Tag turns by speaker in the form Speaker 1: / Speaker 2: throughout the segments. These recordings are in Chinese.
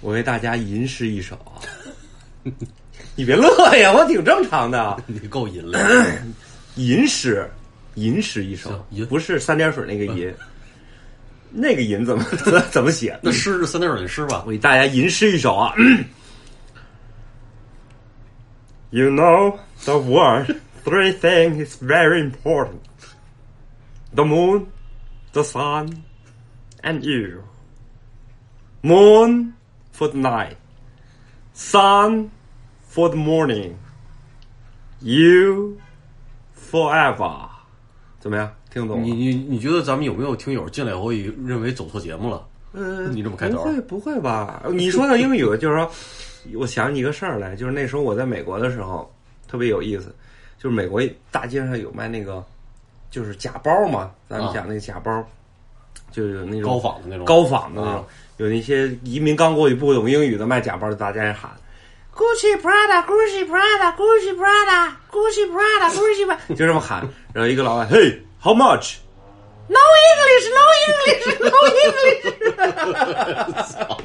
Speaker 1: 我为大家吟诗一首 啊。你别乐呀，我挺正常的。
Speaker 2: 你够淫 了，
Speaker 1: 吟诗，吟诗一首
Speaker 2: 行，吟嗯
Speaker 1: 不是三点水那个吟，那个吟怎么 怎么写？
Speaker 2: 那诗是三点水诗吧
Speaker 1: 我？给大家吟诗一首啊。嗯 You know the world, three things is very important: the moon, the sun, and you. Moon for the night, sun for the morning, you forever. 怎么样？听懂了吗？
Speaker 2: 你你你觉得咱们有没有听友进来后认为走错节目了？
Speaker 1: 呃，
Speaker 2: 你这么开头啊
Speaker 1: 不会不会吧？你说到英语， 就是说，我想起一个事儿来，就是那时候我在美国的时候，特别有意思，就是美国大街上有卖那个，就是假包嘛，咱们
Speaker 2: 啊
Speaker 1: 讲那假包，就是有那种
Speaker 2: 高仿的那种
Speaker 1: 高仿的那种
Speaker 2: 啊，
Speaker 1: 有那些移民刚过去不懂英语的卖假包的，大家也喊。Gucci Prada, Gucci Prada, Gucci Prada, Gucci Prada, Gucci Prada，就这么 喊。然后一个老外，Hey, how much? No English, no English, no English.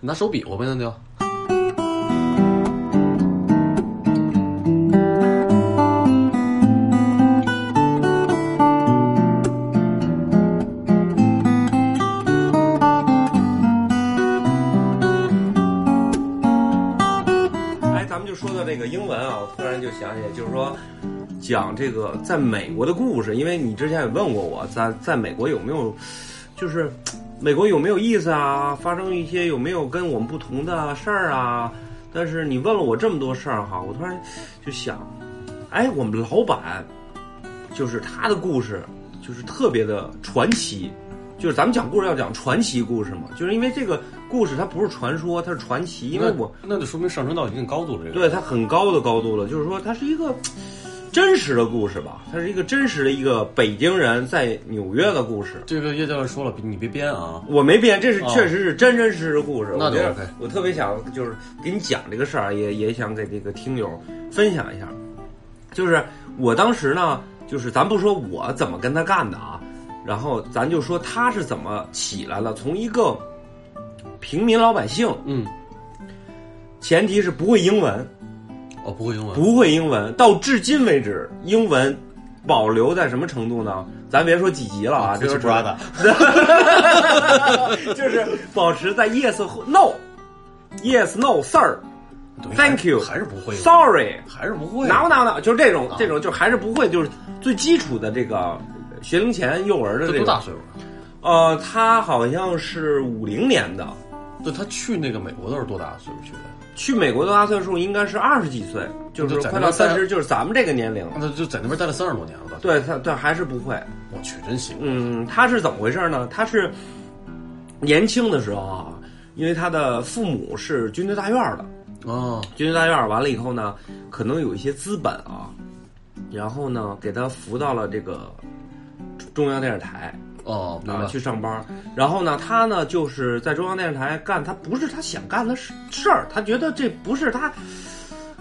Speaker 2: 拿手比划呗，那就。
Speaker 1: 哎，咱们就说到这个英文啊，我突然就想起来，就是说讲这个在美国的故事，因为你之前也问过我，在在美国有没有，就是美国有没有意思啊？发生一些有没有跟我们不同的事儿啊？但是你问了我这么多事儿哈，我突然就想，哎，我们老板就是他的故事，就是特别的传奇。就是咱们讲故事要讲传奇故事嘛，就是因为这个故事它不是传说，它是传奇。因为我
Speaker 2: 那那就说明上升到一定高度了。这个
Speaker 1: 对，它很高的高度了，就是说它是一个真实的故事吧，它是一个真实的一个北京人在纽约的故事。
Speaker 2: 这个叶教练说了，你别编啊。
Speaker 1: 我没编，这是
Speaker 2: 哦
Speaker 1: 确实是真真实实的故事。
Speaker 2: 那
Speaker 1: 我
Speaker 2: 就
Speaker 1: 觉得
Speaker 2: OK
Speaker 1: 我特别想就是给你讲这个事儿，啊也也想给这个听友分享一下。就是我当时呢，就是咱不说我怎么跟他干的啊，然后咱就说他是怎么起来了，从一个平民老百姓，
Speaker 2: 嗯，
Speaker 1: 前提是不会英文，
Speaker 2: 哦，不会英文，
Speaker 1: 不会英文，到至今为止，英文保留在什么程度呢？咱别说几级了啊，
Speaker 2: 就
Speaker 1: 就是是
Speaker 2: Prada，
Speaker 1: 就是保持在 yes 或 no，yes no sir
Speaker 2: 对
Speaker 1: Thank you
Speaker 2: 还是不会，
Speaker 1: sorry
Speaker 2: 还是不会。
Speaker 1: no no no，就是这种这种，就还是不会，就是最基础的这个学龄前幼儿的
Speaker 2: 这
Speaker 1: 这
Speaker 2: 多大
Speaker 1: 个。
Speaker 2: 岁数啊了？
Speaker 1: 呃，他好像是五零年的，
Speaker 2: 对他去那个美国的时候多大岁数去的？
Speaker 1: 去美国的话岁数应该是二十几岁，就是快到三十，就是咱们这个年龄。
Speaker 2: 那就在那边待了三十多年了。到底，
Speaker 1: 对，他对还是不会。
Speaker 2: 我去，真行。
Speaker 1: 嗯，他是怎么回事呢？他是呃年轻的时候啊，因为他的父母是军队大院儿的，
Speaker 2: 啊，
Speaker 1: 军队大院儿完了以后呢，可能有一些资本啊，然后呢，给他扶到了这个中央电视台
Speaker 2: 哦，明
Speaker 1: 啊
Speaker 2: 白。
Speaker 1: 去上班。然后呢，他呢就是在中央电视台干他不是他想干的事事儿，他觉得这不是他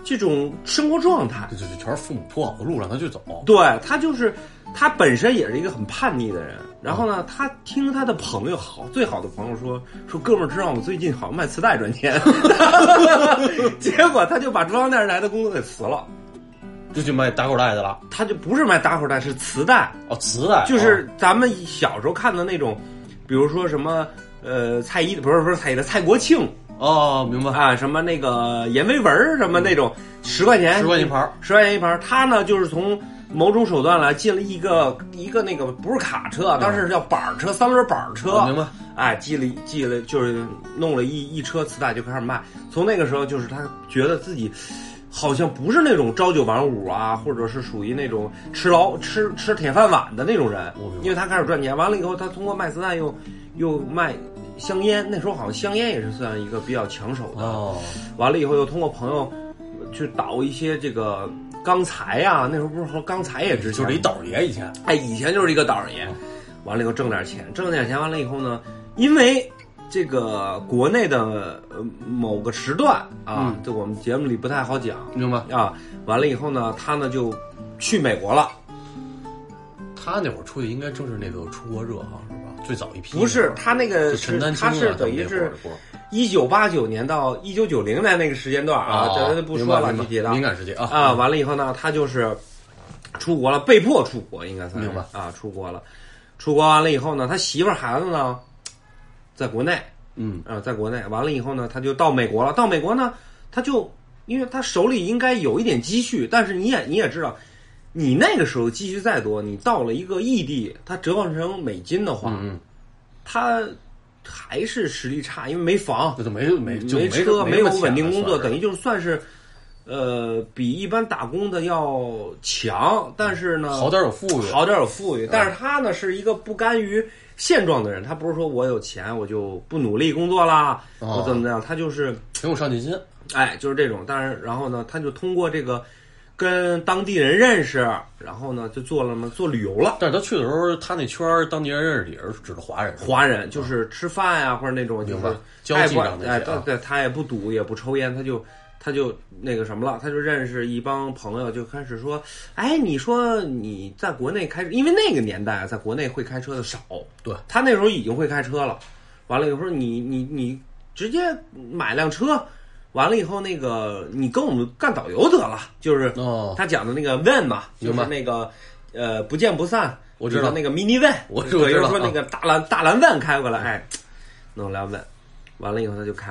Speaker 1: 这种生活状态。
Speaker 2: 这这这全是父母铺好的路，让他去走。
Speaker 1: 对他就是他本身也是一个很叛逆的人。然后
Speaker 2: 嗯
Speaker 1: 呢，他听他的朋友好最好的朋友说说，哥们儿，知道我最近好像卖磁带赚 钱，结果他就把中央电视台的工作给辞了。
Speaker 2: 就去卖打口袋去了。
Speaker 1: 他就不是卖打火带，是磁带，
Speaker 2: 哦，磁带
Speaker 1: 就是咱们小时候看的那种，比如说什么呃蔡依不是不是蔡依的蔡国庆
Speaker 2: 哦，哦明白。
Speaker 1: 啊，什么那个阎维文儿什么那种十块钱
Speaker 2: 嗯十块钱一盘儿，
Speaker 1: 十块钱一盘儿，他呢就是从某种手段来进了一个一个那个不是卡车啊，当时是叫板儿车，三轮板儿车，
Speaker 2: 哦明白？
Speaker 1: 哎，寄了寄了，就是弄了一一车磁带就开始卖。从那个时候，就是他觉得自己好像不是那种朝九晚五啊，或者是属于那种吃牢吃吃铁饭碗的那种人
Speaker 2: 我明白，
Speaker 1: 因为他开始赚钱，完了以后，他通过卖磁带又又卖香烟，那时候好像香烟也是算一个比较抢手的。
Speaker 2: 哦，
Speaker 1: 完了以后又通过朋友呃去倒一些这个钢材啊，那时候不是说钢材也值
Speaker 2: 就
Speaker 1: 钱吗，
Speaker 2: 是一哦倒爷以前。
Speaker 1: 哎，以前就是一个倒爷，完了以后挣点钱，挣点钱完了以后呢，因为这个国内的呃某个时段啊，
Speaker 2: 嗯
Speaker 1: 就我们节目里不太好讲
Speaker 2: 明白，
Speaker 1: 啊，完了以后呢，他呢就去美国了。
Speaker 2: 嗯他那会儿出去应该正是那个出国热哈，是吧？最早一批，
Speaker 1: 不是，他那个
Speaker 2: 就陈
Speaker 1: 是
Speaker 2: 丹青
Speaker 1: 他
Speaker 2: 啊
Speaker 1: 是
Speaker 2: 他
Speaker 1: 等
Speaker 2: 们
Speaker 1: 于
Speaker 2: 那会
Speaker 1: 是
Speaker 2: 儿的锅
Speaker 1: 一九八九年到一九九零年那个时间段啊，
Speaker 2: 哦
Speaker 1: 咱就不
Speaker 2: 明
Speaker 1: 说
Speaker 2: 白
Speaker 1: 了
Speaker 2: 明
Speaker 1: 具
Speaker 2: 白
Speaker 1: 体的
Speaker 2: 敏感时期啊
Speaker 1: 啊，完了以后呢，他就是出国了，被迫出国，应该算是
Speaker 2: 明白
Speaker 1: 啊，出国了。出国完了以后呢，他媳妇儿孩子呢，在国内
Speaker 2: 嗯，
Speaker 1: 啊，在国内。完了以后呢，他就到美国了。到美国呢，他就因为他手里应该有一点积蓄，但是你也你也知道，你那个时候积蓄再多，你到了一个异地，他折换成美金的话，
Speaker 2: 嗯嗯
Speaker 1: 他还是实力差，因为没房，
Speaker 2: 那就没没
Speaker 1: 嗯
Speaker 2: 就
Speaker 1: 没车，
Speaker 2: 没
Speaker 1: 有稳定工作，等
Speaker 2: 于
Speaker 1: 于就是算是，呃，比一般打工的要强，但是呢，
Speaker 2: 好点儿有富裕，嗯
Speaker 1: 好点儿有富裕。但是他呢是一个不甘于现状的人，他不是说我有钱我就不努力工作啦，
Speaker 2: 哦
Speaker 1: 我怎么样，他就是
Speaker 2: 挺有上进心，
Speaker 1: 哎就是这种。但是然后呢，他就通过这个跟当地人认识，然后呢就做了嘛做旅游了。
Speaker 2: 但是他去的时候，他那圈儿当地人认识里是指的华人，
Speaker 1: 华人就是吃饭呀、或者那种就
Speaker 2: 嗯明
Speaker 1: 是
Speaker 2: 白交
Speaker 1: 爱
Speaker 2: 际
Speaker 1: 管
Speaker 2: 上那
Speaker 1: 哎，
Speaker 2: 些
Speaker 1: 对
Speaker 2: 啊
Speaker 1: 对，他也不赌，也不抽烟，他就他就那个什么了，他就认识一帮朋友，就开始说，哎，你说你在国内开，因为那个年代啊在国内会开车的少，
Speaker 2: 对
Speaker 1: 他那时候已经会开车了，完了以后你你你直接买辆车，完了以后那个你跟我们干导游得了，就是
Speaker 2: 哦，
Speaker 1: 他讲的那个 van 嘛，就
Speaker 2: 明
Speaker 1: 是
Speaker 2: 白
Speaker 1: 那个呃不见不散，
Speaker 2: 我知道
Speaker 1: 那个 mini van，
Speaker 2: 我知道
Speaker 1: 对，
Speaker 2: 我知
Speaker 1: 就
Speaker 2: 道嗯
Speaker 1: 是说那个大蓝大蓝 van 开过来，哎，弄辆 van，完了以后他就开，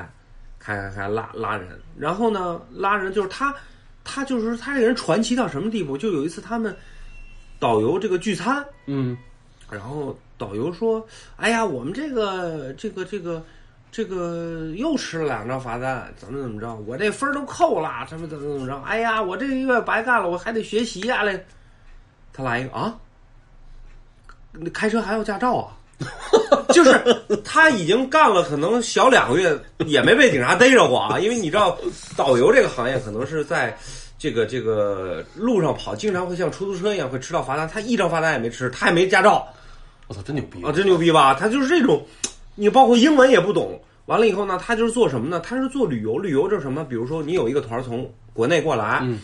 Speaker 1: 开开开拉拉人，然后呢拉人就是他，他就是他这个人传奇到什么地步？就有一次他们导游这个聚餐，
Speaker 2: 嗯，
Speaker 1: 然后导游说：“哎呀，我们这个这个这个这个又吃了两张罚单，怎么怎么着？我这分儿都扣了，怎么怎么怎么着？哎呀，我这个月白干了，我还得学习呀、嘞。”他来一个啊，你开车还要驾照啊？ 就是他已经干了可能小两个月，也没被警察逮着过啊。因为你知道，导游这个行业可能是在这个这个路上跑，经常会像出租车一样会吃到罚单。他一张罚单也没吃，他也没驾照，
Speaker 2: 我操，真牛逼
Speaker 1: 啊，真牛逼吧？他就是这种，你包括英文也不懂。完了以后呢，他就是做什么呢？他是做旅游，旅游就是什么？比如说你有一个团儿从国内过来，
Speaker 2: 嗯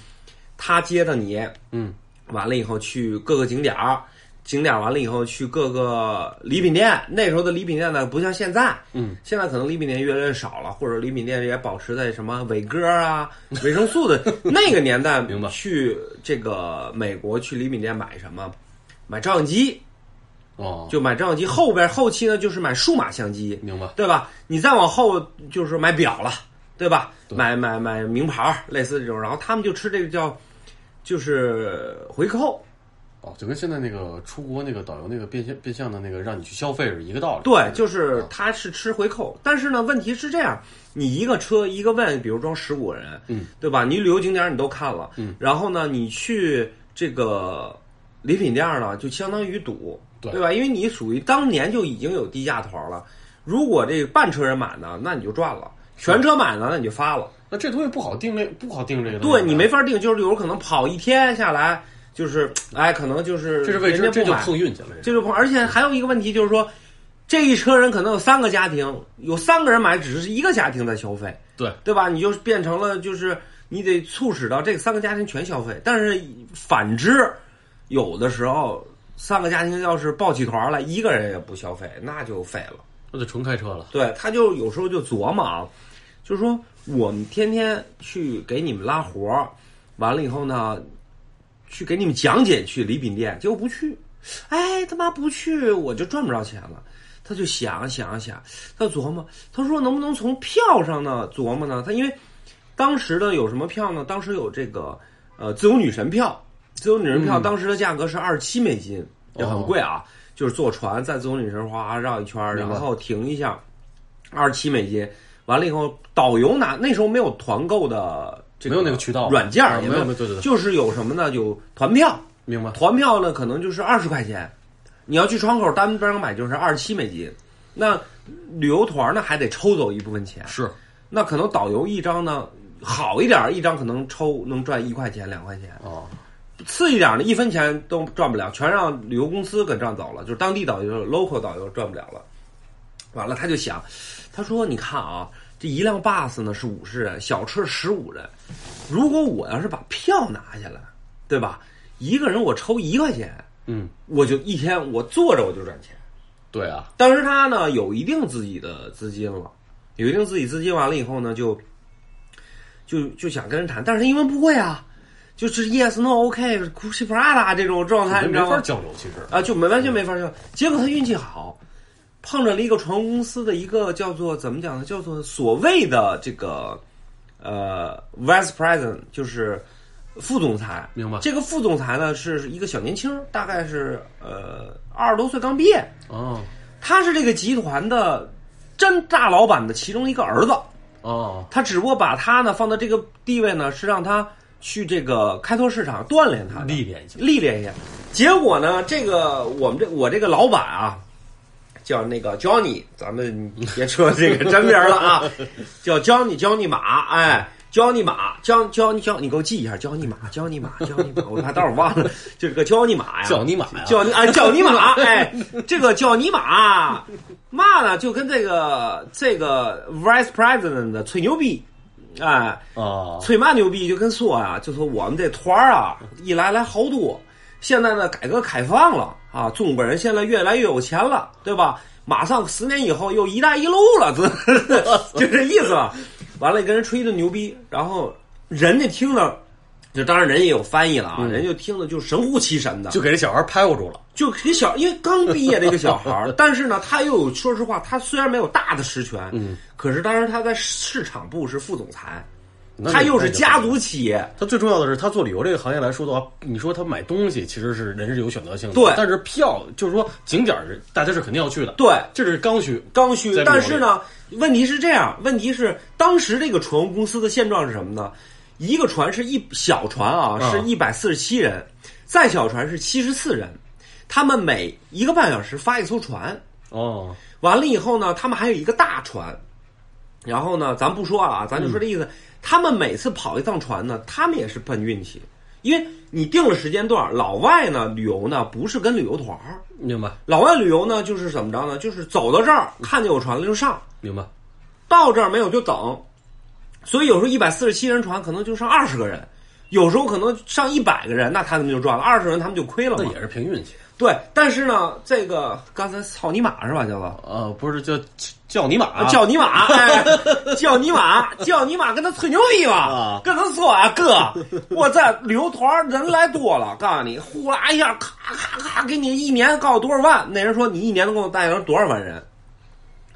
Speaker 1: 他接的你，
Speaker 2: 嗯，
Speaker 1: 完了以后去各个景点儿，景点儿完了以后去各个礼品店。那时候的礼品店呢，不像现在，
Speaker 2: 嗯，
Speaker 1: 现在可能礼品店越来越少了，或者礼品店也保持在什么伟哥啊、维生素 的那个年代。
Speaker 2: 明白
Speaker 1: 去这个美国去礼品店买什么？买照相机，
Speaker 2: 哦，
Speaker 1: 就买照相机。后边后期呢，就是买数码相机。
Speaker 2: 明白，
Speaker 1: 对吧？你再往后就是买表了，对吧？
Speaker 2: 对
Speaker 1: 买买买名牌儿，类似这种，然后他们就吃这个叫，就是回扣，
Speaker 2: 哦，就跟现在那个出国那个导游那个变相变相的那个让你去消费是一个道理，
Speaker 1: 对，就是他是吃回扣。但是呢，问题是这样，你一个车一个问，比如装十五个人，
Speaker 2: 嗯，
Speaker 1: 对吧？你旅游景点你都看了，
Speaker 2: 嗯，
Speaker 1: 然后呢，你去这个礼品店呢，就相当于赌，
Speaker 2: 对
Speaker 1: 吧？因为你属于当年就已经有低价团了，如果这半车人买呢，那你就赚了；全车买呢，那你就发了。
Speaker 2: 那这东西不好定类，不好定这个东西，
Speaker 1: 对你没法定，就是有可能跑一天下来，就是哎，可能就是
Speaker 2: 这是未知
Speaker 1: 人，家
Speaker 2: 这
Speaker 1: 不
Speaker 2: 就
Speaker 1: 买，
Speaker 2: 碰运气了，
Speaker 1: 这就碰。而且还有一个问题就是说，这一车人可能有三个家庭，有三个人买，只是一个家庭在消费，
Speaker 2: 对，
Speaker 1: 对吧？你就变成了就是你得促使到这三个家庭全消费。但是反之，有的时候三个家庭要是抱起团来，一个人也不消费，那就废了。
Speaker 2: 那就纯开车了，
Speaker 1: 对，他就有时候就琢磨啊，就是说我们天天去给你们拉活儿，完了以后呢，去给你们讲解去礼品店，结果不去，哎，他妈不去我就赚不着钱了。他就想想想，他琢磨，他说能不能从票上呢琢磨呢？他因为当时的有什么票呢？当时有这个呃自由女神票，自由女神票当时的价格是二十七美金，也很
Speaker 2: 哦
Speaker 1: 贵啊。就是坐船在自由女神哗绕一圈儿，然
Speaker 2: 明白
Speaker 1: 后停一下，二十七美金。完了以后，导游拿那时候没有团购的这
Speaker 2: 没有那个渠道
Speaker 1: 软件儿
Speaker 2: 啊
Speaker 1: 也
Speaker 2: 没有没有对对对
Speaker 1: 就是有什么呢？有团票，
Speaker 2: 明白，
Speaker 1: 团票呢可能就是二十块钱，你要去窗口单边买就是二十七美金。那旅游团呢还得抽走一部分钱，
Speaker 2: 是
Speaker 1: 那可能导游一张呢好一点儿，一张可能抽能赚一块钱两块钱，
Speaker 2: 哦，
Speaker 1: 次一点儿呢一分钱都赚不了，全让旅游公司给赚走了，就是当地导游 local 导游赚不了了。完了他就想，他说你看啊，这一辆 bus 呢是五十人，小车十五人，如果我要是把票拿下来，对吧？一个人我抽一块钱，
Speaker 2: 嗯，
Speaker 1: 我就一天我坐着我就赚钱。
Speaker 2: 对啊，
Speaker 1: 当时他呢有一定自己的资金了，有一定自己资金完了以后呢，就就就想跟人谈，但是他英文不会啊，就是 yes no OK Gucci Prada 这种状态，
Speaker 2: 没
Speaker 1: 你知
Speaker 2: 没
Speaker 1: 道
Speaker 2: 法
Speaker 1: 吗？
Speaker 2: 交流，其实
Speaker 1: 啊，就没完全没法交。结果他运气好，碰着了一个船公司的一个叫做怎么讲呢？叫做所谓的这个呃 vice president，就是副总裁。
Speaker 2: 明白
Speaker 1: 这个副总裁呢是一个小年轻儿，大概是呃二十多岁刚毕业。
Speaker 2: 哦
Speaker 1: 他是这个集团的真大老板的其中一个儿子，
Speaker 2: 哦，
Speaker 1: 他只不过把他呢放到这个地位呢，是让他去这个开拓市场锻炼他的
Speaker 2: 历练一下，
Speaker 1: 历练一下。结果呢，这个我们这我这个老板啊，叫那个 Johnny，咱们别说这个真名了啊， 叫 Johnny Johnny 马，哎。Johnny 马，John John John，你给我记一下，Johnny 马，Johnny 马，Johnny 马，我怕待会儿忘了，就是个 Johnny 马呀，
Speaker 2: 叫你妈呀，
Speaker 1: 叫你啊，叫你马，哎，这个叫你马，嘛呢，就跟这个这个 vice president 的吹牛逼，哎，
Speaker 2: 啊
Speaker 1: 吹嘛牛逼就跟说啊，就说我们这团儿啊，一来来好多，现在呢改革开放了啊，中国人现在越来越有钱了，对吧？马上十年以后又“一带一路”了， 这就这意思吧。完了，跟人吹一顿牛逼，然后人家听着，就当然人也有翻译了啊，人就听着就神乎其神的，
Speaker 2: 就给这小孩拍过住了，
Speaker 1: 就给小，因为刚毕业的一个小孩 儿，但是呢，他又有说实话，他虽然没有大的实权，嗯，可是当时他在市场部是副总裁，
Speaker 2: 那
Speaker 1: 他
Speaker 2: 就
Speaker 1: 又是
Speaker 2: 那就
Speaker 1: 家族企业，
Speaker 2: 他最重要的是，他做旅游这个行业来说的话，你说他买东西其实是人是有选择性的，
Speaker 1: 对
Speaker 2: 但是票就是说景点儿是大家是肯定要去的，，
Speaker 1: 对，
Speaker 2: 这是刚需，
Speaker 1: 刚需
Speaker 2: 在。
Speaker 1: 但
Speaker 2: 美国
Speaker 1: 是呢，问题是这样，问题是当时这个船务公司的现状是什么呢？一个船是一小船啊，
Speaker 2: 啊
Speaker 1: 是一百四十七人，再小船是七十四人，他们每一个半小时发一艘船，
Speaker 2: 哦，
Speaker 1: 完了以后呢，他们还有一个大船，然后呢，咱不说了
Speaker 2: 嗯
Speaker 1: 啊，咱就说这意思。他们每次跑一趟船呢，他们也是奔运气，因为你定了时间段，老外呢旅游呢不是跟旅游团儿，
Speaker 2: 明白
Speaker 1: 老外旅游呢就是怎么着呢？就是走到这儿
Speaker 2: 嗯
Speaker 1: 看见有船了就上，
Speaker 2: 明白，
Speaker 1: 到这儿没有就等。所以有时候一百四十七人船可能就上二十个人，有时候可能上一百个人，那他们就赚了；二十人他们就亏了
Speaker 2: 那
Speaker 1: 嘛。
Speaker 2: 也是凭运气，
Speaker 1: 对，但是呢，这个刚才草泥马是吧，叫做？
Speaker 2: 啊，不是叫呃叫你马，
Speaker 1: 叫你马，哎，叫你马，叫你马，跟他吹牛逼吧，
Speaker 2: 啊
Speaker 1: 跟他说啊，哥，我在旅游团儿人来多了，告诉你，呼啦一下，咔咔咔，给你一年告诉多少万，那人说你一年能给我带来多少万人，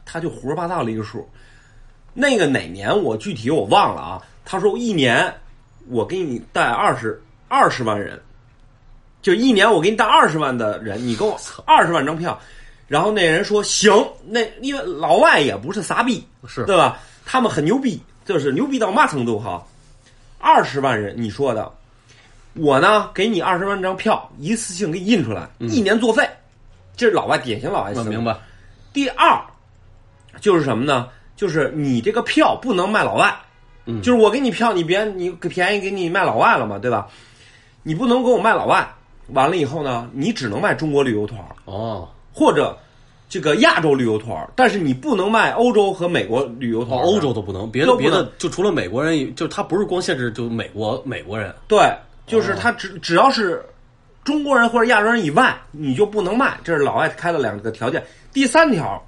Speaker 1: 他就胡说八道了一个数，那个哪年我具体我忘了啊，他说一年我给你带二十二十万人，就一年我给你带二十万的人，你给我二十万张票。然后那人说行，那因为老外也不是傻逼，
Speaker 2: 是
Speaker 1: 对吧？他们很牛逼，就是牛逼到嘛程度哈？二十万人，你说的，我呢给你二十万张票，一次性给你印出来，一年作废，这是老外典型老外思
Speaker 2: 嗯我
Speaker 1: 维。
Speaker 2: 明白，
Speaker 1: 第二就是什么呢？就是你这个票不能卖老外，
Speaker 2: 嗯
Speaker 1: 就是我给你票，你别你给便宜给你卖老外了嘛，对吧？你不能给我卖老外，完了以后呢，你只能卖中国旅游团儿
Speaker 2: 哦，
Speaker 1: 或者这个亚洲旅游团儿，但是你不能卖欧洲和美国旅游
Speaker 2: 哦
Speaker 1: 团儿。
Speaker 2: 欧洲都不能，别
Speaker 1: 都
Speaker 2: 的
Speaker 1: 不
Speaker 2: 别的
Speaker 1: 能
Speaker 2: 就除了美国人，就他不是光限制就美国美国人，
Speaker 1: 对，就是他只只要是中国人或者亚洲人以外，你就不能卖。这是老外开了两个条件。第三条，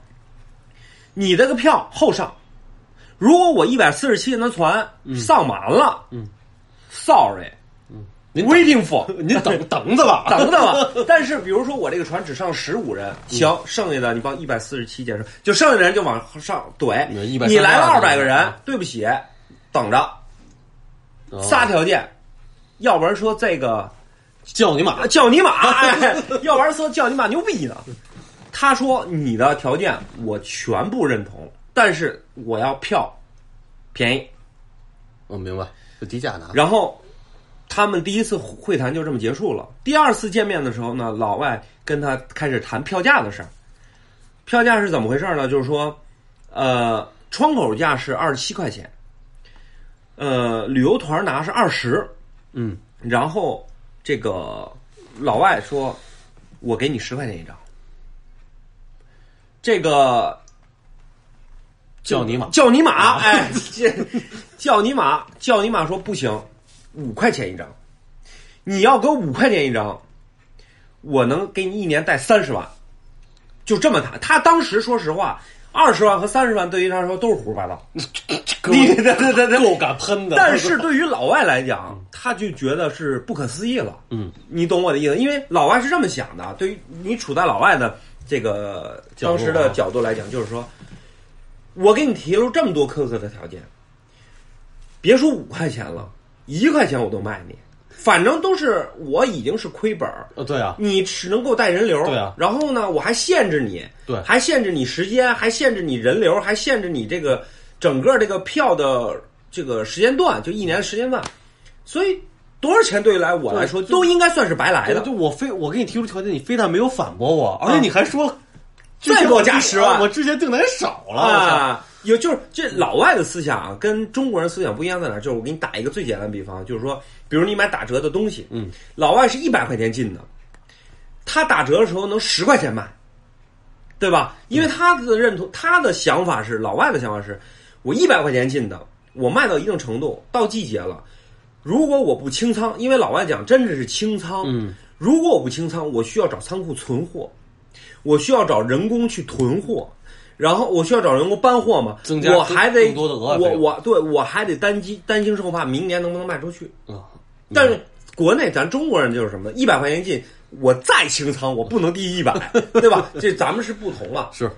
Speaker 1: 你这个票后上，如果我一百四十七人的船上满了，嗯，sorry，waiting 嗯
Speaker 2: 您
Speaker 1: for，
Speaker 2: 您 等等着吧，
Speaker 1: 等等吧。但是比如说我这个船只上十五人，行，剩下的你帮一百四十七减少，就剩下的人就往上怼。
Speaker 2: 嗯132
Speaker 1: 你来了二百个
Speaker 2: 人
Speaker 1: 人，对不起，等着。
Speaker 2: 哦
Speaker 1: 仨条件，要不然说这个
Speaker 2: 叫你马
Speaker 1: 啊，叫你马，哎，要不然说叫你马牛逼呢。他说你的条件我全部认同，但是我要票便宜。
Speaker 2: 我明白，就低价拿，
Speaker 1: 然后他们第一次会谈就这么结束了。第二次见面的时候呢，老外跟他开始谈票价的事儿。票价是怎么回事呢？就是说，呃，窗口价是二十七块钱，呃，旅游团拿是二十，
Speaker 2: 嗯，
Speaker 1: 然后这个老外说，我给你十块钱一张。这个
Speaker 2: 叫你马，
Speaker 1: 叫你马，哎，这叫你马，叫你马说不行，五块钱一张，你要给我五块钱一张，我能给你一年贷三十万。就这么谈。他当时说实话，二十万和三十万对于他来说都是胡说八道，你对对对
Speaker 2: 够敢喷的。
Speaker 1: 但 是对于老外来讲，他就觉得是不可思议了。
Speaker 2: 嗯，
Speaker 1: 你懂我的意思，因为老外是这么想的。对于你处在老外的这个
Speaker 2: 角度
Speaker 1: 当
Speaker 2: 啊
Speaker 1: 时的角度来讲，就是说，我给你提了这么多苛刻的条件，别说五块钱了，一块钱我都卖你，反正都是我已经是亏本儿。
Speaker 2: 呃，对啊，
Speaker 1: 你只能够带人流，
Speaker 2: 对啊
Speaker 1: 然后呢，我还限制你，
Speaker 2: 对
Speaker 1: 还限制你时间，还限制你人流，还限制你这个整个这个票的这个时间段，就一年的时间段，所以多少钱对于来我来说都应该算是白来
Speaker 2: 对
Speaker 1: 的
Speaker 2: 哎就。我非我给你提出条件，你非但没有反驳我，而且你还说之前
Speaker 1: 再给我加10万
Speaker 2: 啊我之前定的也少了。我操
Speaker 1: 啊，有就是这老外的思想啊，跟中国人思想不一样在哪儿？就是我给你打一个最简单的比方，就是说，比如你买打折的东西，
Speaker 2: 嗯，
Speaker 1: 老外是一百块钱进的，他打折的时候能十块钱买，对吧？因为他的认同，他的想法是，老外的想法是，我一百块钱进的，我卖到一定程度，到季节了，如果我不清仓，因为老外讲真的是清仓，
Speaker 2: 嗯，
Speaker 1: 如果我不清仓，我需要找仓库存货，我需要找人工去囤货，然后我需要找人工搬货嘛，
Speaker 2: 增加
Speaker 1: 我还得
Speaker 2: 更多的额外费
Speaker 1: 我
Speaker 2: 用
Speaker 1: 我对我还得担心担心受怕明年能不能卖出去。
Speaker 2: 啊，
Speaker 1: 但是国内咱中国人就是什么，一百块钱进，我再清仓，我不能低于一百，对吧？这咱们是不同了。
Speaker 2: 是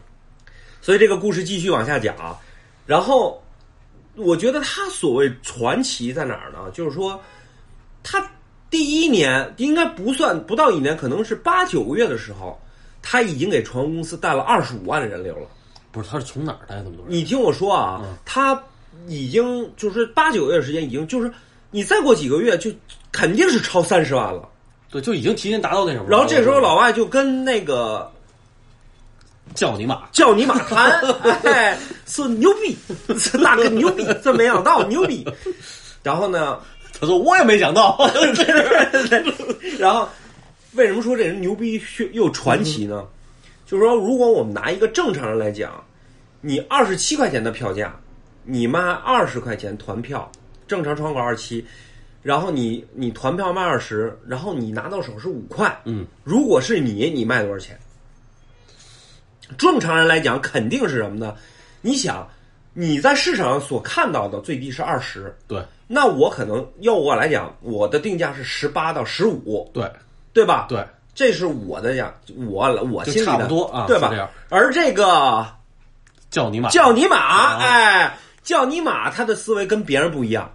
Speaker 1: 所以这个故事继续往下讲啊，然后我觉得他所谓传奇在哪儿呢？就是说，他第一年应该不算不到一年，可能是八九个月的时候，他已经给船公司带了二十五万的人流了。
Speaker 2: 不是他是从哪儿带这么多人？
Speaker 1: 你听我说啊，他已经就是八九个月的时间，已经就是你再过几个月就肯定是超三十万了。
Speaker 2: 对，就已经提前达到那什么了。
Speaker 1: 然后这时候老外就跟那个
Speaker 2: 叫你妈，
Speaker 1: 叫你马谈，哎，说牛逼，说大哥牛逼，这没想到牛逼。然后呢，
Speaker 2: 他说我也没想到，
Speaker 1: 然后为什么说这人牛逼又传奇呢？就是说，如果我们拿一个正常人来讲，你二十七块钱的票价，你卖二十块钱团票，正常窗口二七，然后你你团票卖二十，然后你拿到手是五块，
Speaker 2: 嗯，
Speaker 1: 如果是你，你卖多少钱？正常人来讲，肯定是什么呢？你想，你在市场上所看到的最低是二十，
Speaker 2: 对
Speaker 1: 那我可能要我来讲，我的定价是十八到十五，
Speaker 2: 对
Speaker 1: 对吧？，
Speaker 2: 对，
Speaker 1: 这是我的呀，我我
Speaker 2: 就
Speaker 1: 心里的
Speaker 2: 差不多啊
Speaker 1: 对
Speaker 2: 是这
Speaker 1: 吧
Speaker 2: 样？
Speaker 1: 而这个
Speaker 2: 叫你妈，
Speaker 1: 叫你
Speaker 2: 啊
Speaker 1: 马，哎，叫你马，他的思维跟别人不一样，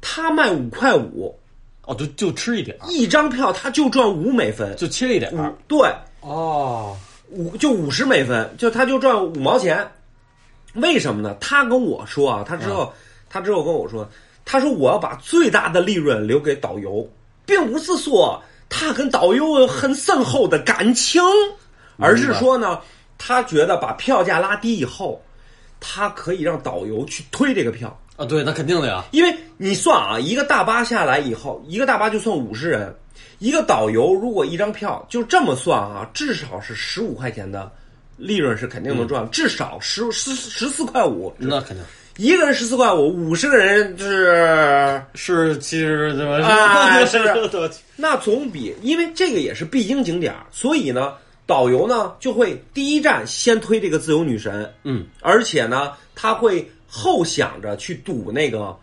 Speaker 1: 他卖五块五
Speaker 2: 哦，就就吃一点儿，
Speaker 1: 一张票，他就赚五美分，
Speaker 2: 就啊切一点
Speaker 1: 五
Speaker 2: 儿。
Speaker 1: 对
Speaker 2: 哦，
Speaker 1: 五就五十美分，就他就赚五毛钱，为什么呢？他跟我说啊，他之后、他之后跟我说，他说我要把最大的利润留给导游，并不是说他跟导游有很深厚的感情，而是说呢，他觉得把票价拉低以后，他可以让导游去推这个票。
Speaker 2: 啊，对，那肯定的呀。
Speaker 1: 因为你算啊，一个大巴下来以后，一个大巴就算五十人，一个导游如果一张票就这么算啊，至少是十五块钱的利润是肯定能赚，至少十十十四块五，
Speaker 2: 那肯定
Speaker 1: 一个人十四块五，五十个人就是
Speaker 2: 是，其实怎么
Speaker 1: 啊是
Speaker 2: 对
Speaker 1: 那总比，因为这个也是必经景点儿，所以呢，导游呢就会第一站先推这个自由女神，
Speaker 2: 嗯，
Speaker 1: 而且呢，他会后想着去赌那个，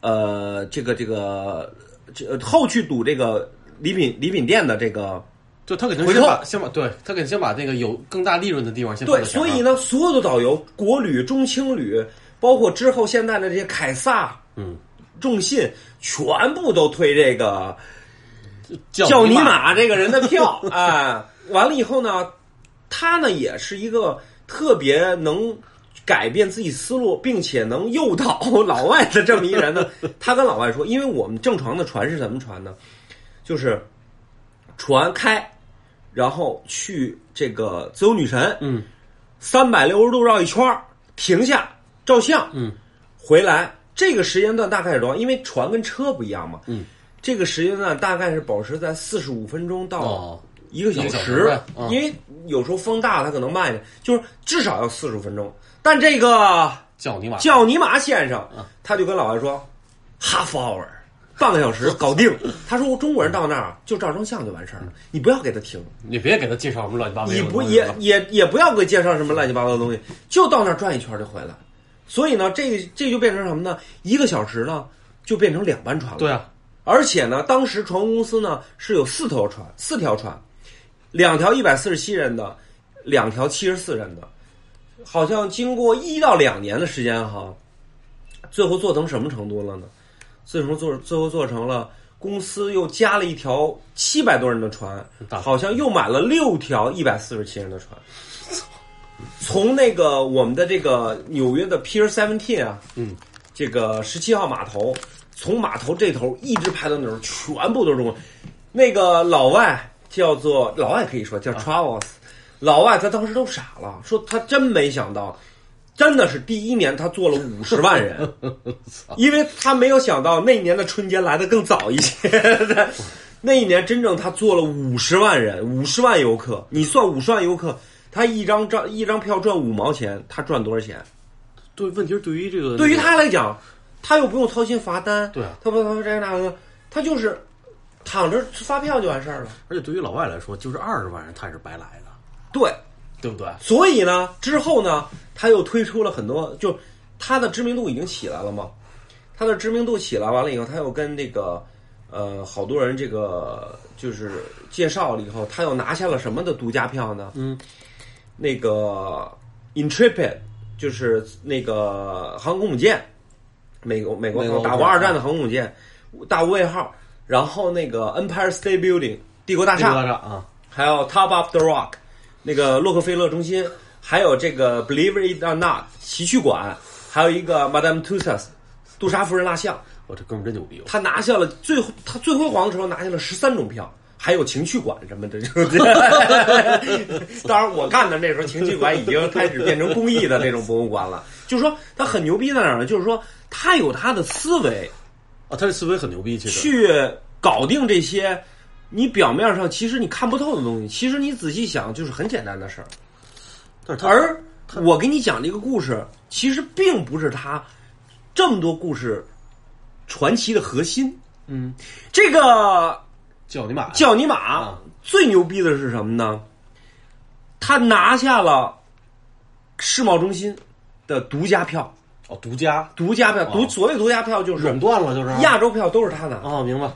Speaker 1: 呃，这个这个，这后去赌这个礼品礼品店的这个，
Speaker 2: 就他肯定
Speaker 1: 回
Speaker 2: 先
Speaker 1: 头
Speaker 2: 把先把对他肯定先把那个有更大利润的地方先
Speaker 1: 对，
Speaker 2: 放在前
Speaker 1: 所
Speaker 2: 面
Speaker 1: 以呢，所有的导游，国旅、中青旅，包括之后现在的这些凯撒、
Speaker 2: 嗯，
Speaker 1: 众信，全部都推这个
Speaker 2: 叫
Speaker 1: 叫
Speaker 2: 你
Speaker 1: 尼
Speaker 2: 妈，
Speaker 1: 玛这个人的票啊、完了以后呢，他呢也是一个特别能改变自己思路，并且能诱导老外的这么一人 呢。他跟老外说，因为我们正常的船是怎么船呢？就是船开，然后去这个自由女神，
Speaker 2: 嗯，
Speaker 1: 三百六十度绕一圈儿停下照相，
Speaker 2: 嗯，
Speaker 1: 回来这个时间段大概是多少？因为船跟车不一样嘛，
Speaker 2: 嗯，
Speaker 1: 这个时间段大概是保持在四十五分钟到
Speaker 2: 哦
Speaker 1: 一个小
Speaker 2: 一个小
Speaker 1: 时，
Speaker 2: 时呗嗯
Speaker 1: 因为有时候风大，它可能慢一点，就是至少要四十分钟。但这个
Speaker 2: 叫你妈，啊
Speaker 1: 叫尼玛先生，他就跟老外说，half hour，半个小时搞定。他说中国人到那儿就照张相就完事儿
Speaker 2: 嗯
Speaker 1: 了，你不要给他听，
Speaker 2: 你别给他介绍什么乱七八糟的
Speaker 1: 你
Speaker 2: 东西
Speaker 1: 不
Speaker 2: 了。
Speaker 1: 也也也不要给介绍什么乱七八糟的东西，就到那儿转一圈就回来。所以呢，这这就变成什么呢？一个小时呢，就变成两班船了。
Speaker 2: 对啊，
Speaker 1: 而且呢，当时船公司呢是有四头船，四条船，两条一百四十七人的，两条七十四人的，好像经过一到两年的时间哈，最后做成什么程度了呢？最后做最后做成了。公司又加了一条七百多人的船，
Speaker 2: 大
Speaker 1: 好像又买了六条一百四十七人的船。从那个我们的这个纽约的 Pier Seventeen 啊，这个十七号码头，从码头这头一直排到那头，全部都是中国人。那个老外叫做老外可以说叫 Travels，、老外他当时都傻了，说他真没想到，真的是第一年他做了五十万人，因为他没有想到那一年的春节来的更早一些。 那一年真正他做了五十万人，五十万游客，你算五十万游客，他一张张一张票赚五毛钱，他赚多少钱？
Speaker 2: 对，问题是对于这个，
Speaker 1: 对于他来讲，他又不用操心罚单，
Speaker 2: 对啊
Speaker 1: 他不操心这那个，他就是躺着发票就完事儿了。
Speaker 2: 而且对于老外来说，就是二十万人他也是白来的，
Speaker 1: 对，
Speaker 2: 对不对？
Speaker 1: 所以呢，之后呢，他又推出了很多，就他的知名度已经起来了嘛，他的知名度起来完了以后，他又跟这个呃好多人这个就是介绍了以后，他又拿下了什么的独家票呢？嗯，那个 Intrepid 就是那个航空母舰，美国美国嗯
Speaker 2: 美国
Speaker 1: 打过二战的航空母舰，大无畏号，然后那个 Empire State Building 帝国大
Speaker 2: 这个
Speaker 1: 厦，
Speaker 2: 大厦啊，
Speaker 1: 还有 Top of the Rock，那个洛克菲勒中心，还有这个 Believe It or Not 奇趣馆，还有一个 Madame Tussauds 杜莎夫人蜡像，
Speaker 2: 我哦这哥们儿真牛逼！
Speaker 1: 他拿下了最他最辉煌的时候拿下了十三种票。还有情趣馆什么的， 当然我干的那时候情趣馆已经开始变成公益的那种博物馆了。就是说他很牛逼在哪儿呢？就是说他有他的思维，
Speaker 2: 啊，他这思维很牛逼，其实
Speaker 1: 去搞定这些你表面上其实你看不透的东西，其实你仔细想就是很简单的事儿。
Speaker 2: 但是他
Speaker 1: 而我给你讲这个故事，其实并不是他这么多故事传奇的核心。
Speaker 2: 嗯，
Speaker 1: 这个
Speaker 2: 叫你买，
Speaker 1: 叫尼玛最牛逼的是什么呢？他拿下了世贸中心的独家票，
Speaker 2: 哦，独家
Speaker 1: 独家票，独
Speaker 2: 哦
Speaker 1: 所谓独家票就是
Speaker 2: 垄断了，就是
Speaker 1: 亚洲票都是他拿的。
Speaker 2: 啊，明白？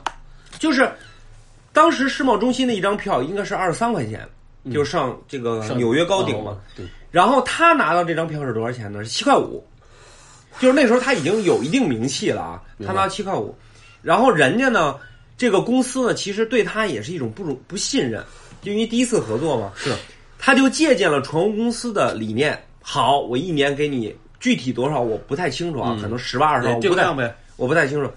Speaker 1: 就是当时世贸中心的一张票应该是二十三块钱，就上这个
Speaker 2: 上
Speaker 1: 纽约高顶嘛。
Speaker 2: 啊对，
Speaker 1: 然后他拿到这张票是多少钱呢？是七块五，就是那时候他已经有一定名气了啊，他拿七块五，然后人家呢，这个公司呢，其实对他也是一种不容不信任，就因为第一次合作嘛，
Speaker 2: 是
Speaker 1: 他就借鉴了船务公司的理念，好，我一年给你具体多少我不太清楚啊，可能十万二十万，我
Speaker 2: 嗯定
Speaker 1: 不太
Speaker 2: 量呗，
Speaker 1: 我不太清楚。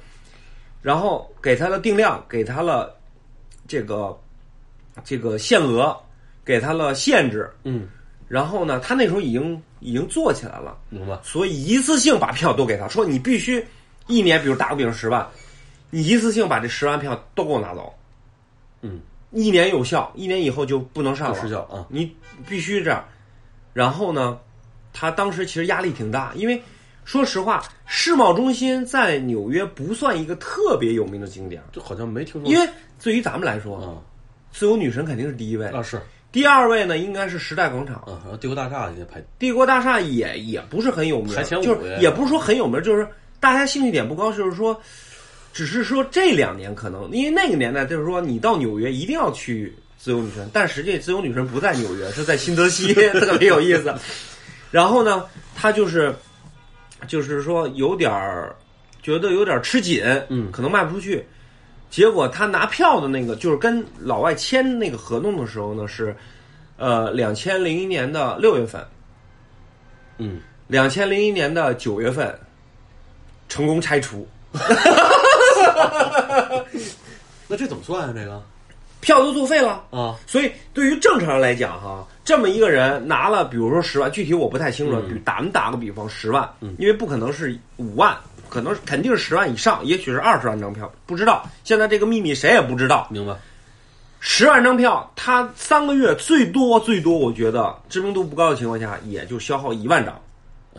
Speaker 1: 然后给他了定量，给他了这个这个限额，给他了限制。
Speaker 2: 嗯，
Speaker 1: 然后呢，他那时候已经已经做起来了，
Speaker 2: 明白？
Speaker 1: 所以一次性把票都给他，说你必须一年，比如打个比方十万，你一次性把这十万票都给我拿走，
Speaker 2: 嗯，
Speaker 1: 一年有效，一年以后就不能上
Speaker 2: 不
Speaker 1: 了，
Speaker 2: 失效啊，
Speaker 1: 你必须这样。然后呢，他当时其实压力挺大，因为说实话，世贸中心在纽约不算一个特别有名的景点儿，
Speaker 2: 就好像没听说，
Speaker 1: 因为对于咱们来说，
Speaker 2: 啊
Speaker 1: 自由女神肯定是第一位，
Speaker 2: 啊是
Speaker 1: 第二位呢应该是时代广场，
Speaker 2: 啊，然后帝国大厦也排
Speaker 1: 帝国大厦也也不是很有名，
Speaker 2: 排前五
Speaker 1: 就是
Speaker 2: 呀
Speaker 1: 也不是说很有名，就是大家兴趣点不高，就是说。只是说这两年可能，因为那个年代就是说，你到纽约一定要去自由女神，但实际自由女神不在纽约，是在新泽 西，特别有意思。然后呢，他就是就是说有点儿觉得有点儿吃紧，
Speaker 2: 嗯
Speaker 1: 可能卖不出去。结果他拿票的那个，就是跟老外签那个合同的时候呢，是呃两千零一年的六月份，
Speaker 2: 嗯，
Speaker 1: 两千零一年的九月份成功拆除，
Speaker 2: 那这怎么算啊？这个
Speaker 1: 票都作废了。
Speaker 2: 啊，
Speaker 1: 所以对于正常人来讲，哈，这么一个人拿了，比如说十万，具体我不太清楚，比打们打个比方，十万，因为不可能是五万，可能肯定是十万以上，也许是二十万张票，不知道。现在这个秘密谁也不知道。
Speaker 2: 明白？
Speaker 1: 十万张票，他三个月最多最多，我觉得知名度不高的情况下，也就消耗一万张，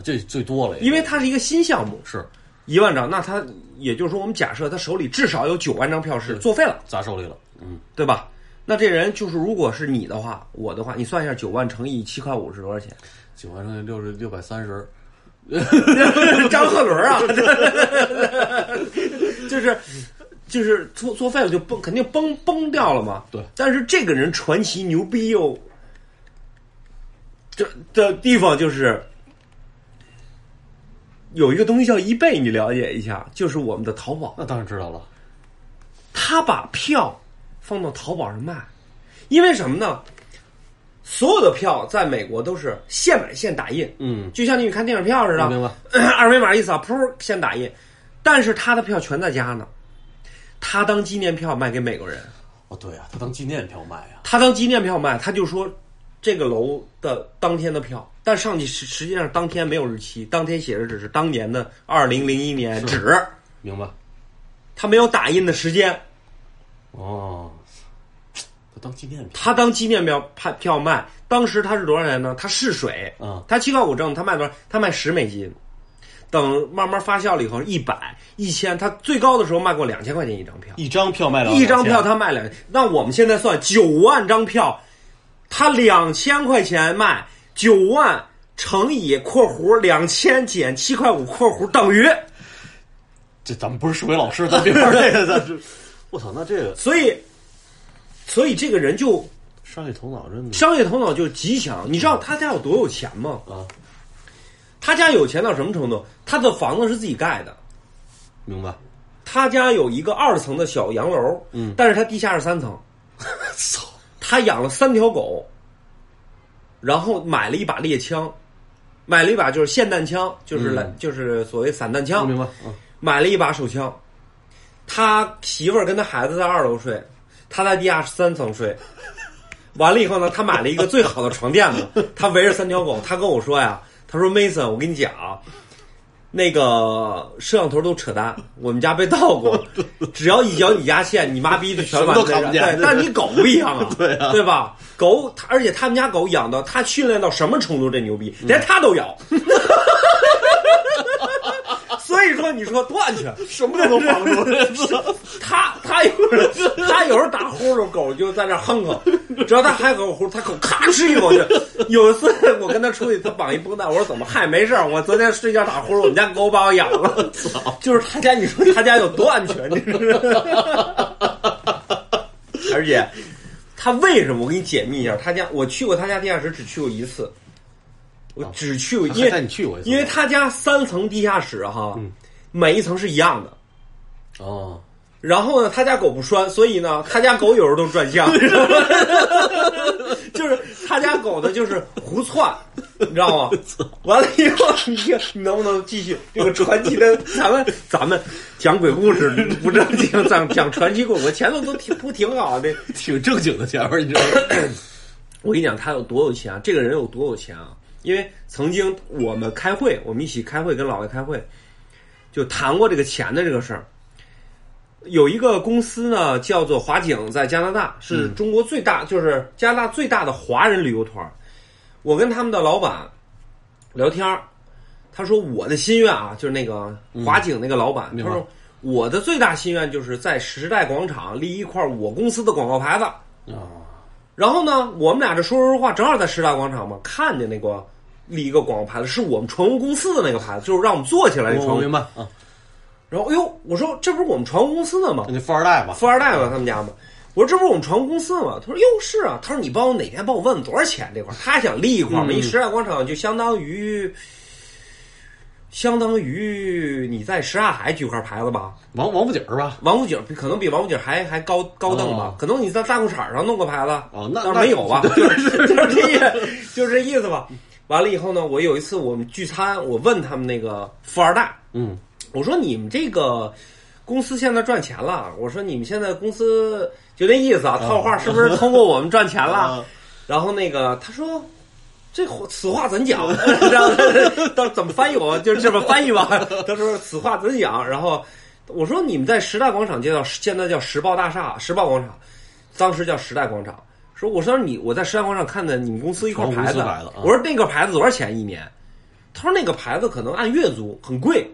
Speaker 2: 这最多了，
Speaker 1: 因为它是一个新项目，
Speaker 2: 是
Speaker 1: 一万张，那他也就是说，我们假设他手里至少有九万张票是作废了，
Speaker 2: 砸手里了，嗯，
Speaker 1: 对吧？那这人就是，如果是你的话，我的话，你算一下，九万乘以七块五是多少钱？
Speaker 2: 九万乘以六是六百三十，
Speaker 1: 张鹤伦啊， 就是就是作作废了就崩，肯定崩崩掉了嘛。
Speaker 2: 对
Speaker 1: 但是这个人传奇牛逼又，这的地方就是有一个东西叫一倍，你了解一下，就是我们的淘宝。
Speaker 2: 那当然知道了，
Speaker 1: 他把票放到淘宝上卖，因为什么呢？所有的票在美国都是现买现打印，
Speaker 2: 嗯，
Speaker 1: 就像你看电影票似的，
Speaker 2: 我明白
Speaker 1: 二维码一扫，噗，现打印。但是他的票全在家呢，他当纪念票卖给美国人，
Speaker 2: 哦，对啊，他当纪念票卖啊，
Speaker 1: 他当纪念票卖，他就说这个楼的当天的票，但上去实实际上当天没有日期，当天写的只是当年的二零零一年纸，
Speaker 2: 明白？
Speaker 1: 他没有打印的时间，
Speaker 2: 哦，他当纪念票，
Speaker 1: 他当纪念票派票卖，当时他是多少钱呢？他试水，
Speaker 2: 嗯
Speaker 1: 他七块五挣，他卖多少？他卖十美金，等慢慢发酵了以后，一百、一千，他最高的时候卖过两千块钱一张票，
Speaker 2: 一张票卖了，
Speaker 1: 一张票，他卖两，那我们现在算九万张票，他两千块钱卖九万乘以括弧两千减七块五括弧等于，
Speaker 2: 这咱们不是数学老师，咱别 玩这个，咱是，我操，那这个
Speaker 1: 所以，所以这个人就
Speaker 2: 商业头脑真的
Speaker 1: 商业头脑就极强，你知道他家有多有钱吗？
Speaker 2: 啊，
Speaker 1: 他家有钱到什么程度？他的房子是自己盖的，
Speaker 2: 明白？
Speaker 1: 他家有一个二层的小洋楼，嗯，但是他地下是三层，
Speaker 2: 操，
Speaker 1: 他养了三条狗，然后买了一把猎枪，买了一把就是霰弹枪，就是来、就是所谓散弹
Speaker 2: 嗯我
Speaker 1: 枪，
Speaker 2: 明白？啊，
Speaker 1: 买了一把手枪，他媳妇儿跟他孩子在二楼睡，他在地下三层睡。完了以后呢，他买了一个最好的床垫子，他围着三条狗。他跟我说呀，他说 Mason，我跟你讲啊，那个摄像头都扯淡，我们家被盗过，只要一脚你家线，你妈逼就全完
Speaker 2: 什么都看不见
Speaker 1: 对，但是你狗不一 样啊，对吧？狗，它而且他们家狗养到他训练到什么程度，这牛逼，连他都 咬。所以说，你说多安全？
Speaker 2: 什么 都防住， 这
Speaker 1: 他他有时候 他有时候打呼噜，狗就在那儿哼哼，只要他还有个呼，他狗咔哧一口 就。有一次我跟他出去，他绑一绷带，我说怎么嗨？没事儿，我昨天睡觉打呼噜，我们家狗把我咬了。就是他家，你说他家有多安全？你知道吗 而且他为什么？我给你解密一下，他家我去过他家地下室，只去过一次，我只去过，因
Speaker 2: 还带
Speaker 1: 为
Speaker 2: 你去过一次，
Speaker 1: 因为他家三层地下室哈，每一层是一样的。
Speaker 2: 哦，
Speaker 1: 然后呢，他家狗不拴，所以呢，他家狗有时候都转向，就是他家狗呢，就是胡窜，你知道吗？完了以后，你听你能不能继续这个传奇的？咱们咱们讲鬼故事不正经，讲讲传奇故事，我前头都挺不挺好的。
Speaker 2: 挺正经的前面，你知道吗？
Speaker 1: 我跟你讲，他有多有钱啊？这个人有多有钱啊？因为曾经我们开会，我们一起开会，跟老外开会，就谈过这个钱的这个事儿。有一个公司呢，叫做华景，在加拿大是中国最大，就是加拿大最大的华人旅游团儿。我跟他们的老板聊天儿，他说我的心愿啊，就是那个华景那个老板，
Speaker 2: 嗯明
Speaker 1: 他
Speaker 2: 白
Speaker 1: 说我的最大心愿就是在时代广场立一块儿我公司的广告牌子。
Speaker 2: 啊，
Speaker 1: 然后呢，我们俩这说说话，正好在师大广场嘛，看见那个立一个广告牌子，是我们船务公司的那个牌子，就是让我们坐起来那船
Speaker 2: 我
Speaker 1: 务
Speaker 2: 明。白啊，
Speaker 1: 然后，哎呦，我说这不是我们船务公司的吗？
Speaker 2: 那富二代吧，
Speaker 1: 富二代嘛，他们家嘛。我说这不是我们船务公司吗？他说哟是啊，他说你帮我哪天帮我问问多少钱这块儿，他想立一
Speaker 2: 嗯
Speaker 1: 块儿嘛，一时代广场就相当于，相当于你在什刹海举块牌子吧，
Speaker 2: 王王府井儿吧？
Speaker 1: 王府井可能比王府井还还高高档吧，
Speaker 2: 哦
Speaker 1: 可能你在大裤衩上弄个牌子，
Speaker 2: 哦那
Speaker 1: 但是
Speaker 2: 那
Speaker 1: 没有 吧，就是就是这意思，就是这意思吧。完了以后呢，我有一次我们聚餐，我问他们那个富二代，
Speaker 2: 嗯，
Speaker 1: 我说你们这个公司现在赚钱了，我说你们现在公司就那意思
Speaker 2: 哦
Speaker 1: 啊，套话是不是通过我们赚钱了？
Speaker 2: 嗯
Speaker 1: 然后那个他说。这话此话怎 讲？然后他怎么翻译我？就是这么翻译吧。他说此话怎讲？然后我说你们在时代广场街道，现在叫时报大厦，时报广场，当时叫时代广场。说我说你我在时代广场看见你们公司一块牌子，
Speaker 2: 公司牌子啊
Speaker 1: 我说那个牌子多少钱一年？他说那个牌子可能按月租，很贵。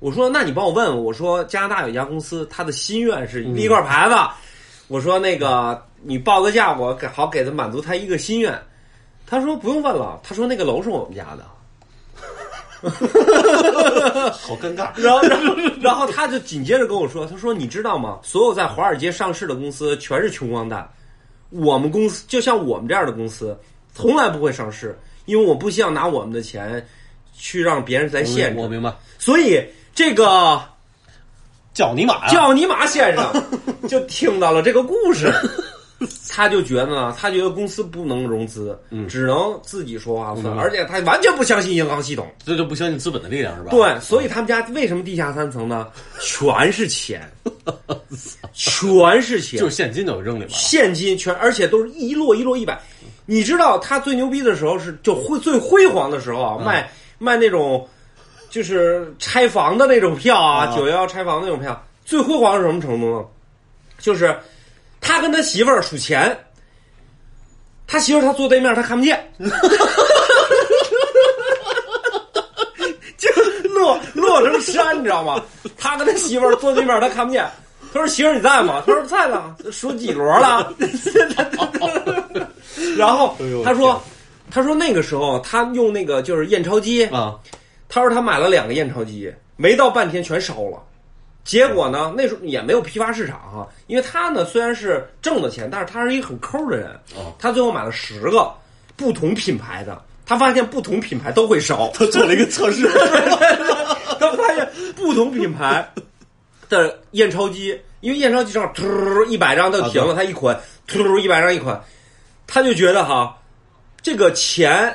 Speaker 1: 我说那你帮我问问，我说加拿大有一家公司，他的心愿是立一块牌子，我说那个你报个价，我给好给他满足他一个心愿。他说不用问了，他说那个楼是我们家的。
Speaker 2: 好尴尬。
Speaker 1: 然后，然后， 然后他就紧接着跟我说：“他说你知道吗？所有在华尔街上市的公司全是穷光蛋，我们公司就像我们这样的公司，从来不会上市，因为我不希望拿我们的钱去让别人来限
Speaker 2: 我啊
Speaker 1: 制。
Speaker 2: 明白，
Speaker 1: 所以这个
Speaker 2: 叫你啊妈呀！
Speaker 1: 叫尼玛先 生就听到了这个故事，他就觉得呢，他觉得公司不能融资，
Speaker 2: 嗯
Speaker 1: 只能自己说话算，而且他完全不相信银行系统。
Speaker 2: 这就不相信资本的力量是吧？，
Speaker 1: 对，所以他们家为什么地下三层呢？全是钱，全是钱，
Speaker 2: 就是现金就扔里边了。
Speaker 1: 现金全，而且都是一摞一摞一百。你知道他最牛逼的时候是就辉最辉煌的时候啊，卖卖那种就是拆房的那种票啊，九幺幺拆房那种票，最辉煌是什么程度呢？就是他跟他媳妇儿数钱，他媳妇儿他坐对面，他看不见。就落落成山，你知道吗？他跟他媳妇儿坐对面，他看不见。他说：“媳妇儿，你在吗？”他说：“在呢。”数几摞了？然后
Speaker 2: 哎呦
Speaker 1: 他说：“他说那个时候他用那个就是验钞机，
Speaker 2: 啊，
Speaker 1: 他说他买了两个验钞机，没到半天全烧了。结果呢，那时候也没有批发市场哈、因为他呢虽然是挣的钱，但是他是一个很抠的人
Speaker 2: 哦。
Speaker 1: 他最后买了十个不同品牌的，他发现不同品牌都会烧。
Speaker 2: 他做了一个测 试，
Speaker 1: 他发现不同品牌的验钞机，因为验钞机上突一百张就停了，他一捆突一百张一捆，他就觉得哈，这个钱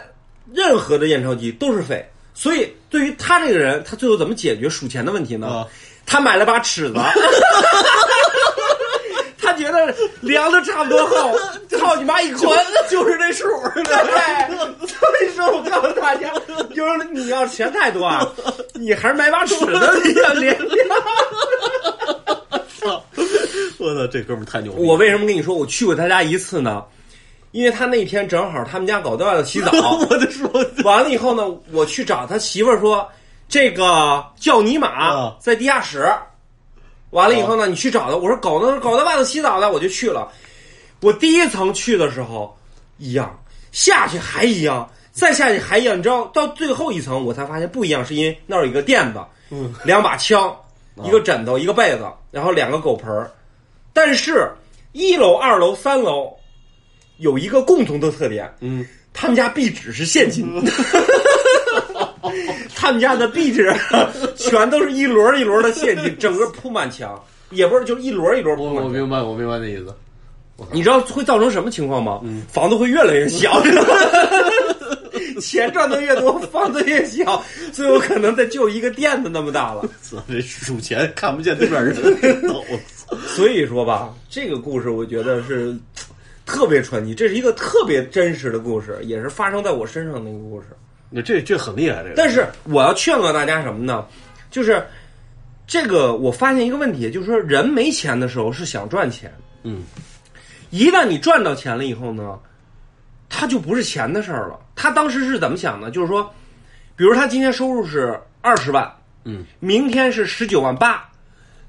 Speaker 1: 任何的验钞机都是废，所以对于他这个人，他最后怎么解决数钱的问题呢？
Speaker 2: 啊
Speaker 1: 他买了把尺子。他觉得量的差不多后，操你妈一捆，
Speaker 2: 就是这数。
Speaker 1: 对，所以说我告诉大家，就是你要钱太多啊，你还是买把尺子，你要连连。
Speaker 2: 我操，这哥们儿太牛逼！
Speaker 1: 我为什么跟你说我去过他家一次呢？因为他那天正好他们家狗都要洗澡，
Speaker 2: 我的说，
Speaker 1: 完了以后呢，我去找他媳妇儿说，这个叫尼玛
Speaker 2: 啊
Speaker 1: 在地下室。完了以后呢，你去找他，我说狗呢？狗在外头洗澡呢，我就去了。我第一层去的时候一样，下去还一样，再下去还一样。你知道，到最后一层我才发现不一样，是因为那儿有一个垫子，
Speaker 2: 嗯，
Speaker 1: 两把枪，一
Speaker 2: 啊
Speaker 1: 个枕头，一个被子，然后两个狗盆儿。但是，一楼、二楼、三楼有一个共同的特点，
Speaker 2: 嗯，
Speaker 1: 他们家壁纸是现金， 他们家的壁纸全都是一摞一摞的现金，整个铺满墙，也不是就是一摞一摞
Speaker 2: 我
Speaker 1: 铺
Speaker 2: 我
Speaker 1: 满墙。
Speaker 2: 明白，我明白那意思。
Speaker 1: 你知道会造成什么情况吗？
Speaker 2: 嗯
Speaker 1: 房子会越来越 小。钱赚的越多，房子越小，最有可能再就一个垫子那么大了。
Speaker 2: 操，这数钱看不见对面人， 我操！
Speaker 1: 所以说吧，这个故事我觉得是特别传奇，这是一个特别真实的故事，也是发生在我身上的一个故事。
Speaker 2: 你这这很厉害，这个。
Speaker 1: 但是我要劝告大家什么呢？就是这个，我发现一个问题，就是说人没钱的时候是想赚钱，
Speaker 2: 嗯，
Speaker 1: 一旦你赚到钱了以后呢，他就不是钱的事儿了。他当时是怎么想的？就是说，比如他今天收入是二十万，
Speaker 2: 嗯，
Speaker 1: 明天是十九万八，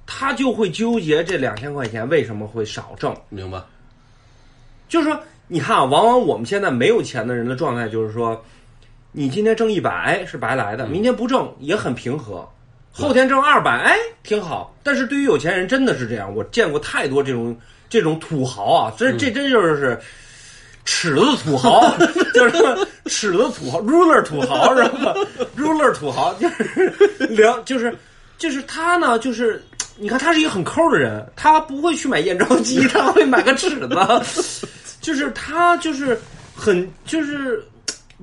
Speaker 1: 他就会纠结这两千块钱为什么会少挣。
Speaker 2: 明白。
Speaker 1: 就是说，你看啊，往往我们现在没有钱的人的状态就是说，你今天挣一百是白来的，明天不挣也很平和，后天挣二百，哎，挺好。但是对于有钱人真的是这样，我见过太多这种这种土豪啊，这这真就是。尺子土豪 就是尺子土豪，ruler 土豪，知道吗？ruler 土豪就是两就是就是他呢，就是你看他是一个很抠的人，他不会去买验钞机，他会买个尺子，就是他就是很就是。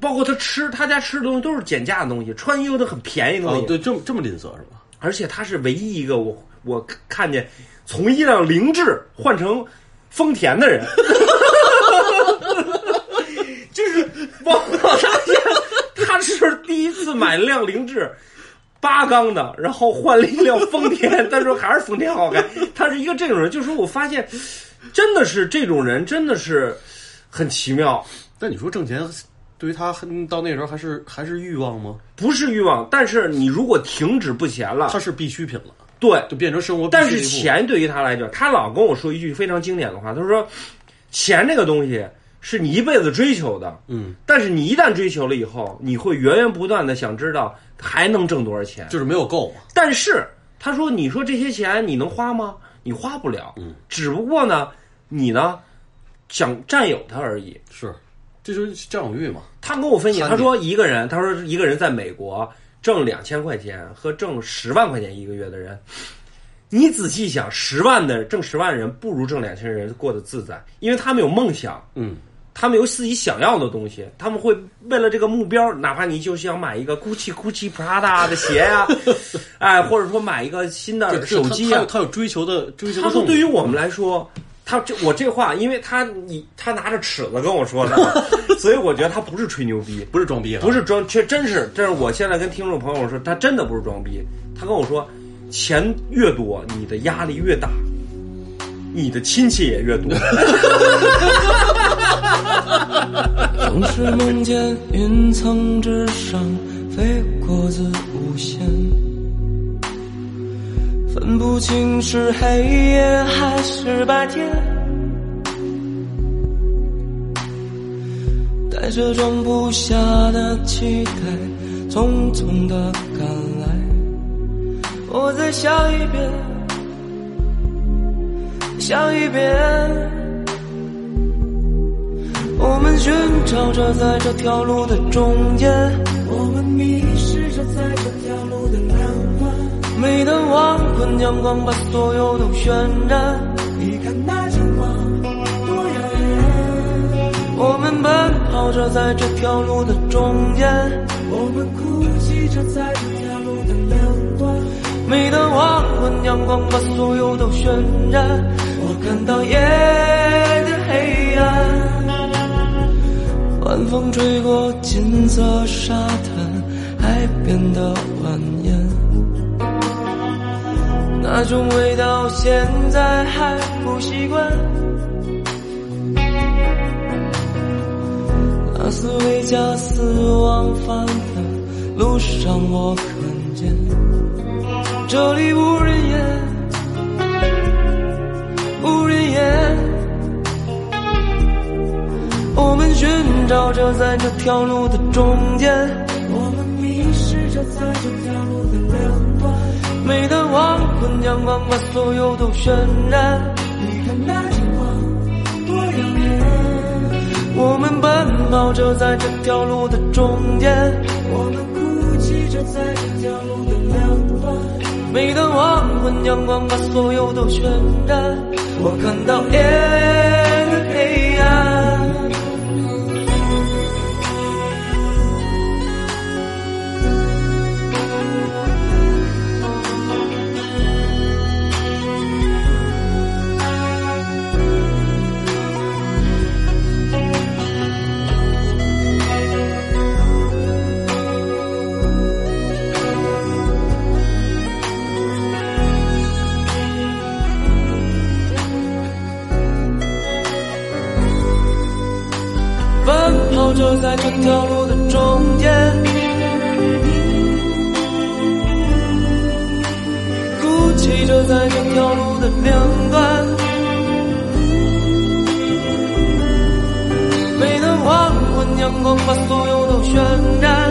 Speaker 1: 包括他吃，他家吃的东西都是减价的东西，穿衣服都很便宜的东
Speaker 2: 哦
Speaker 1: 西，，
Speaker 2: 对，这么这么吝啬是吧？
Speaker 1: 而且他是唯一一个我我看见从一辆凌志换成丰田的人， 就是往往他家他是第一次买了辆凌志。八缸的，然后换了一辆丰田，他说还是丰田好看。他是一个这种人，就是说我发现，真的是这种人，真的是很奇妙。
Speaker 2: 但你说挣钱对于他嗯到那时候还是还是欲望吗？
Speaker 1: 不是欲望，但是你如果停止不前了，
Speaker 2: 它是必需品了，
Speaker 1: 对，
Speaker 2: 就变成生活必
Speaker 1: 但
Speaker 2: 需
Speaker 1: 是
Speaker 2: 的一部分。
Speaker 1: 钱对于他来讲，他老跟我说一句非常经典的话，他说：“钱这个东西是你一辈子追求的，
Speaker 2: 嗯，
Speaker 1: 但是你一旦追求了以后，你会源源不断的想知道还能挣多少钱。
Speaker 2: 就是没有够嘛。
Speaker 1: 但是他说，你说这些钱你能花吗？你花不了，
Speaker 2: 嗯，
Speaker 1: 只不过呢，你呢想占有它而已。
Speaker 2: 是，这就是占有欲嘛。
Speaker 1: 他跟我分析，
Speaker 2: 贪
Speaker 1: 他
Speaker 2: 念
Speaker 1: 说一个人，他说一个人在美国挣两千块钱和挣十万块钱一个月的人，你仔细想，十万的挣十万人不如挣两千人过得自在，因为他们有梦想，
Speaker 2: 嗯，
Speaker 1: 他们有自己想要的东西，他们会为了这个目标，哪怕你就想买一个 GUCCI GUCCI Prada 的鞋呀、 哎，或者说买一个新的
Speaker 2: 就
Speaker 1: 手
Speaker 2: 就
Speaker 1: 机啊
Speaker 2: 他他有，他有追求的追求
Speaker 1: 他
Speaker 2: 的
Speaker 1: 说
Speaker 2: 动
Speaker 1: 对于
Speaker 2: 力。
Speaker 1: 我们来说，他这我这话，因为他你他拿着尺子跟我说 的，所以我觉得他不是吹牛逼，
Speaker 2: 不是装逼啊，
Speaker 1: 不是装，这真是，这是我现在跟听众朋友说，他真的不是装逼。他跟我说，钱越多，你的压力越大，你的亲戚也越多。
Speaker 3: 总是梦见云层之上飞过子午线，分不清是黑夜还是白天。带着装不下的期待，匆匆的赶来。我再笑一遍，笑一遍。我们寻找着在这条路的中间，我们迷失着在这条路的两端。每当黄昏，阳光把所有都渲染。你看那金光多耀眼。我们奔跑着在这条路的中间，我们哭泣着在这条路的两端。每当黄昏，阳光把所有都渲染。我看到夜的黑暗。晚风吹过金色沙滩，海边的晚宴，那种味道现在还不习惯。拉斯维加斯往返的路上，我看见这里无人烟，无人烟。我们寻找着在这条路的中间，我们迷失着在这条路的两端。每当黄昏，阳光把所有都渲染。你看那金光多耀眼。我们奔跑着在这条路的中间，我们哭泣着在这条路的两端。每当黄昏，阳光把所有都渲染，我看到夜的黑暗。奔跑着在这条路的中间，哭泣着在这条路的两端。每当黄昏，阳光把所有都渲染。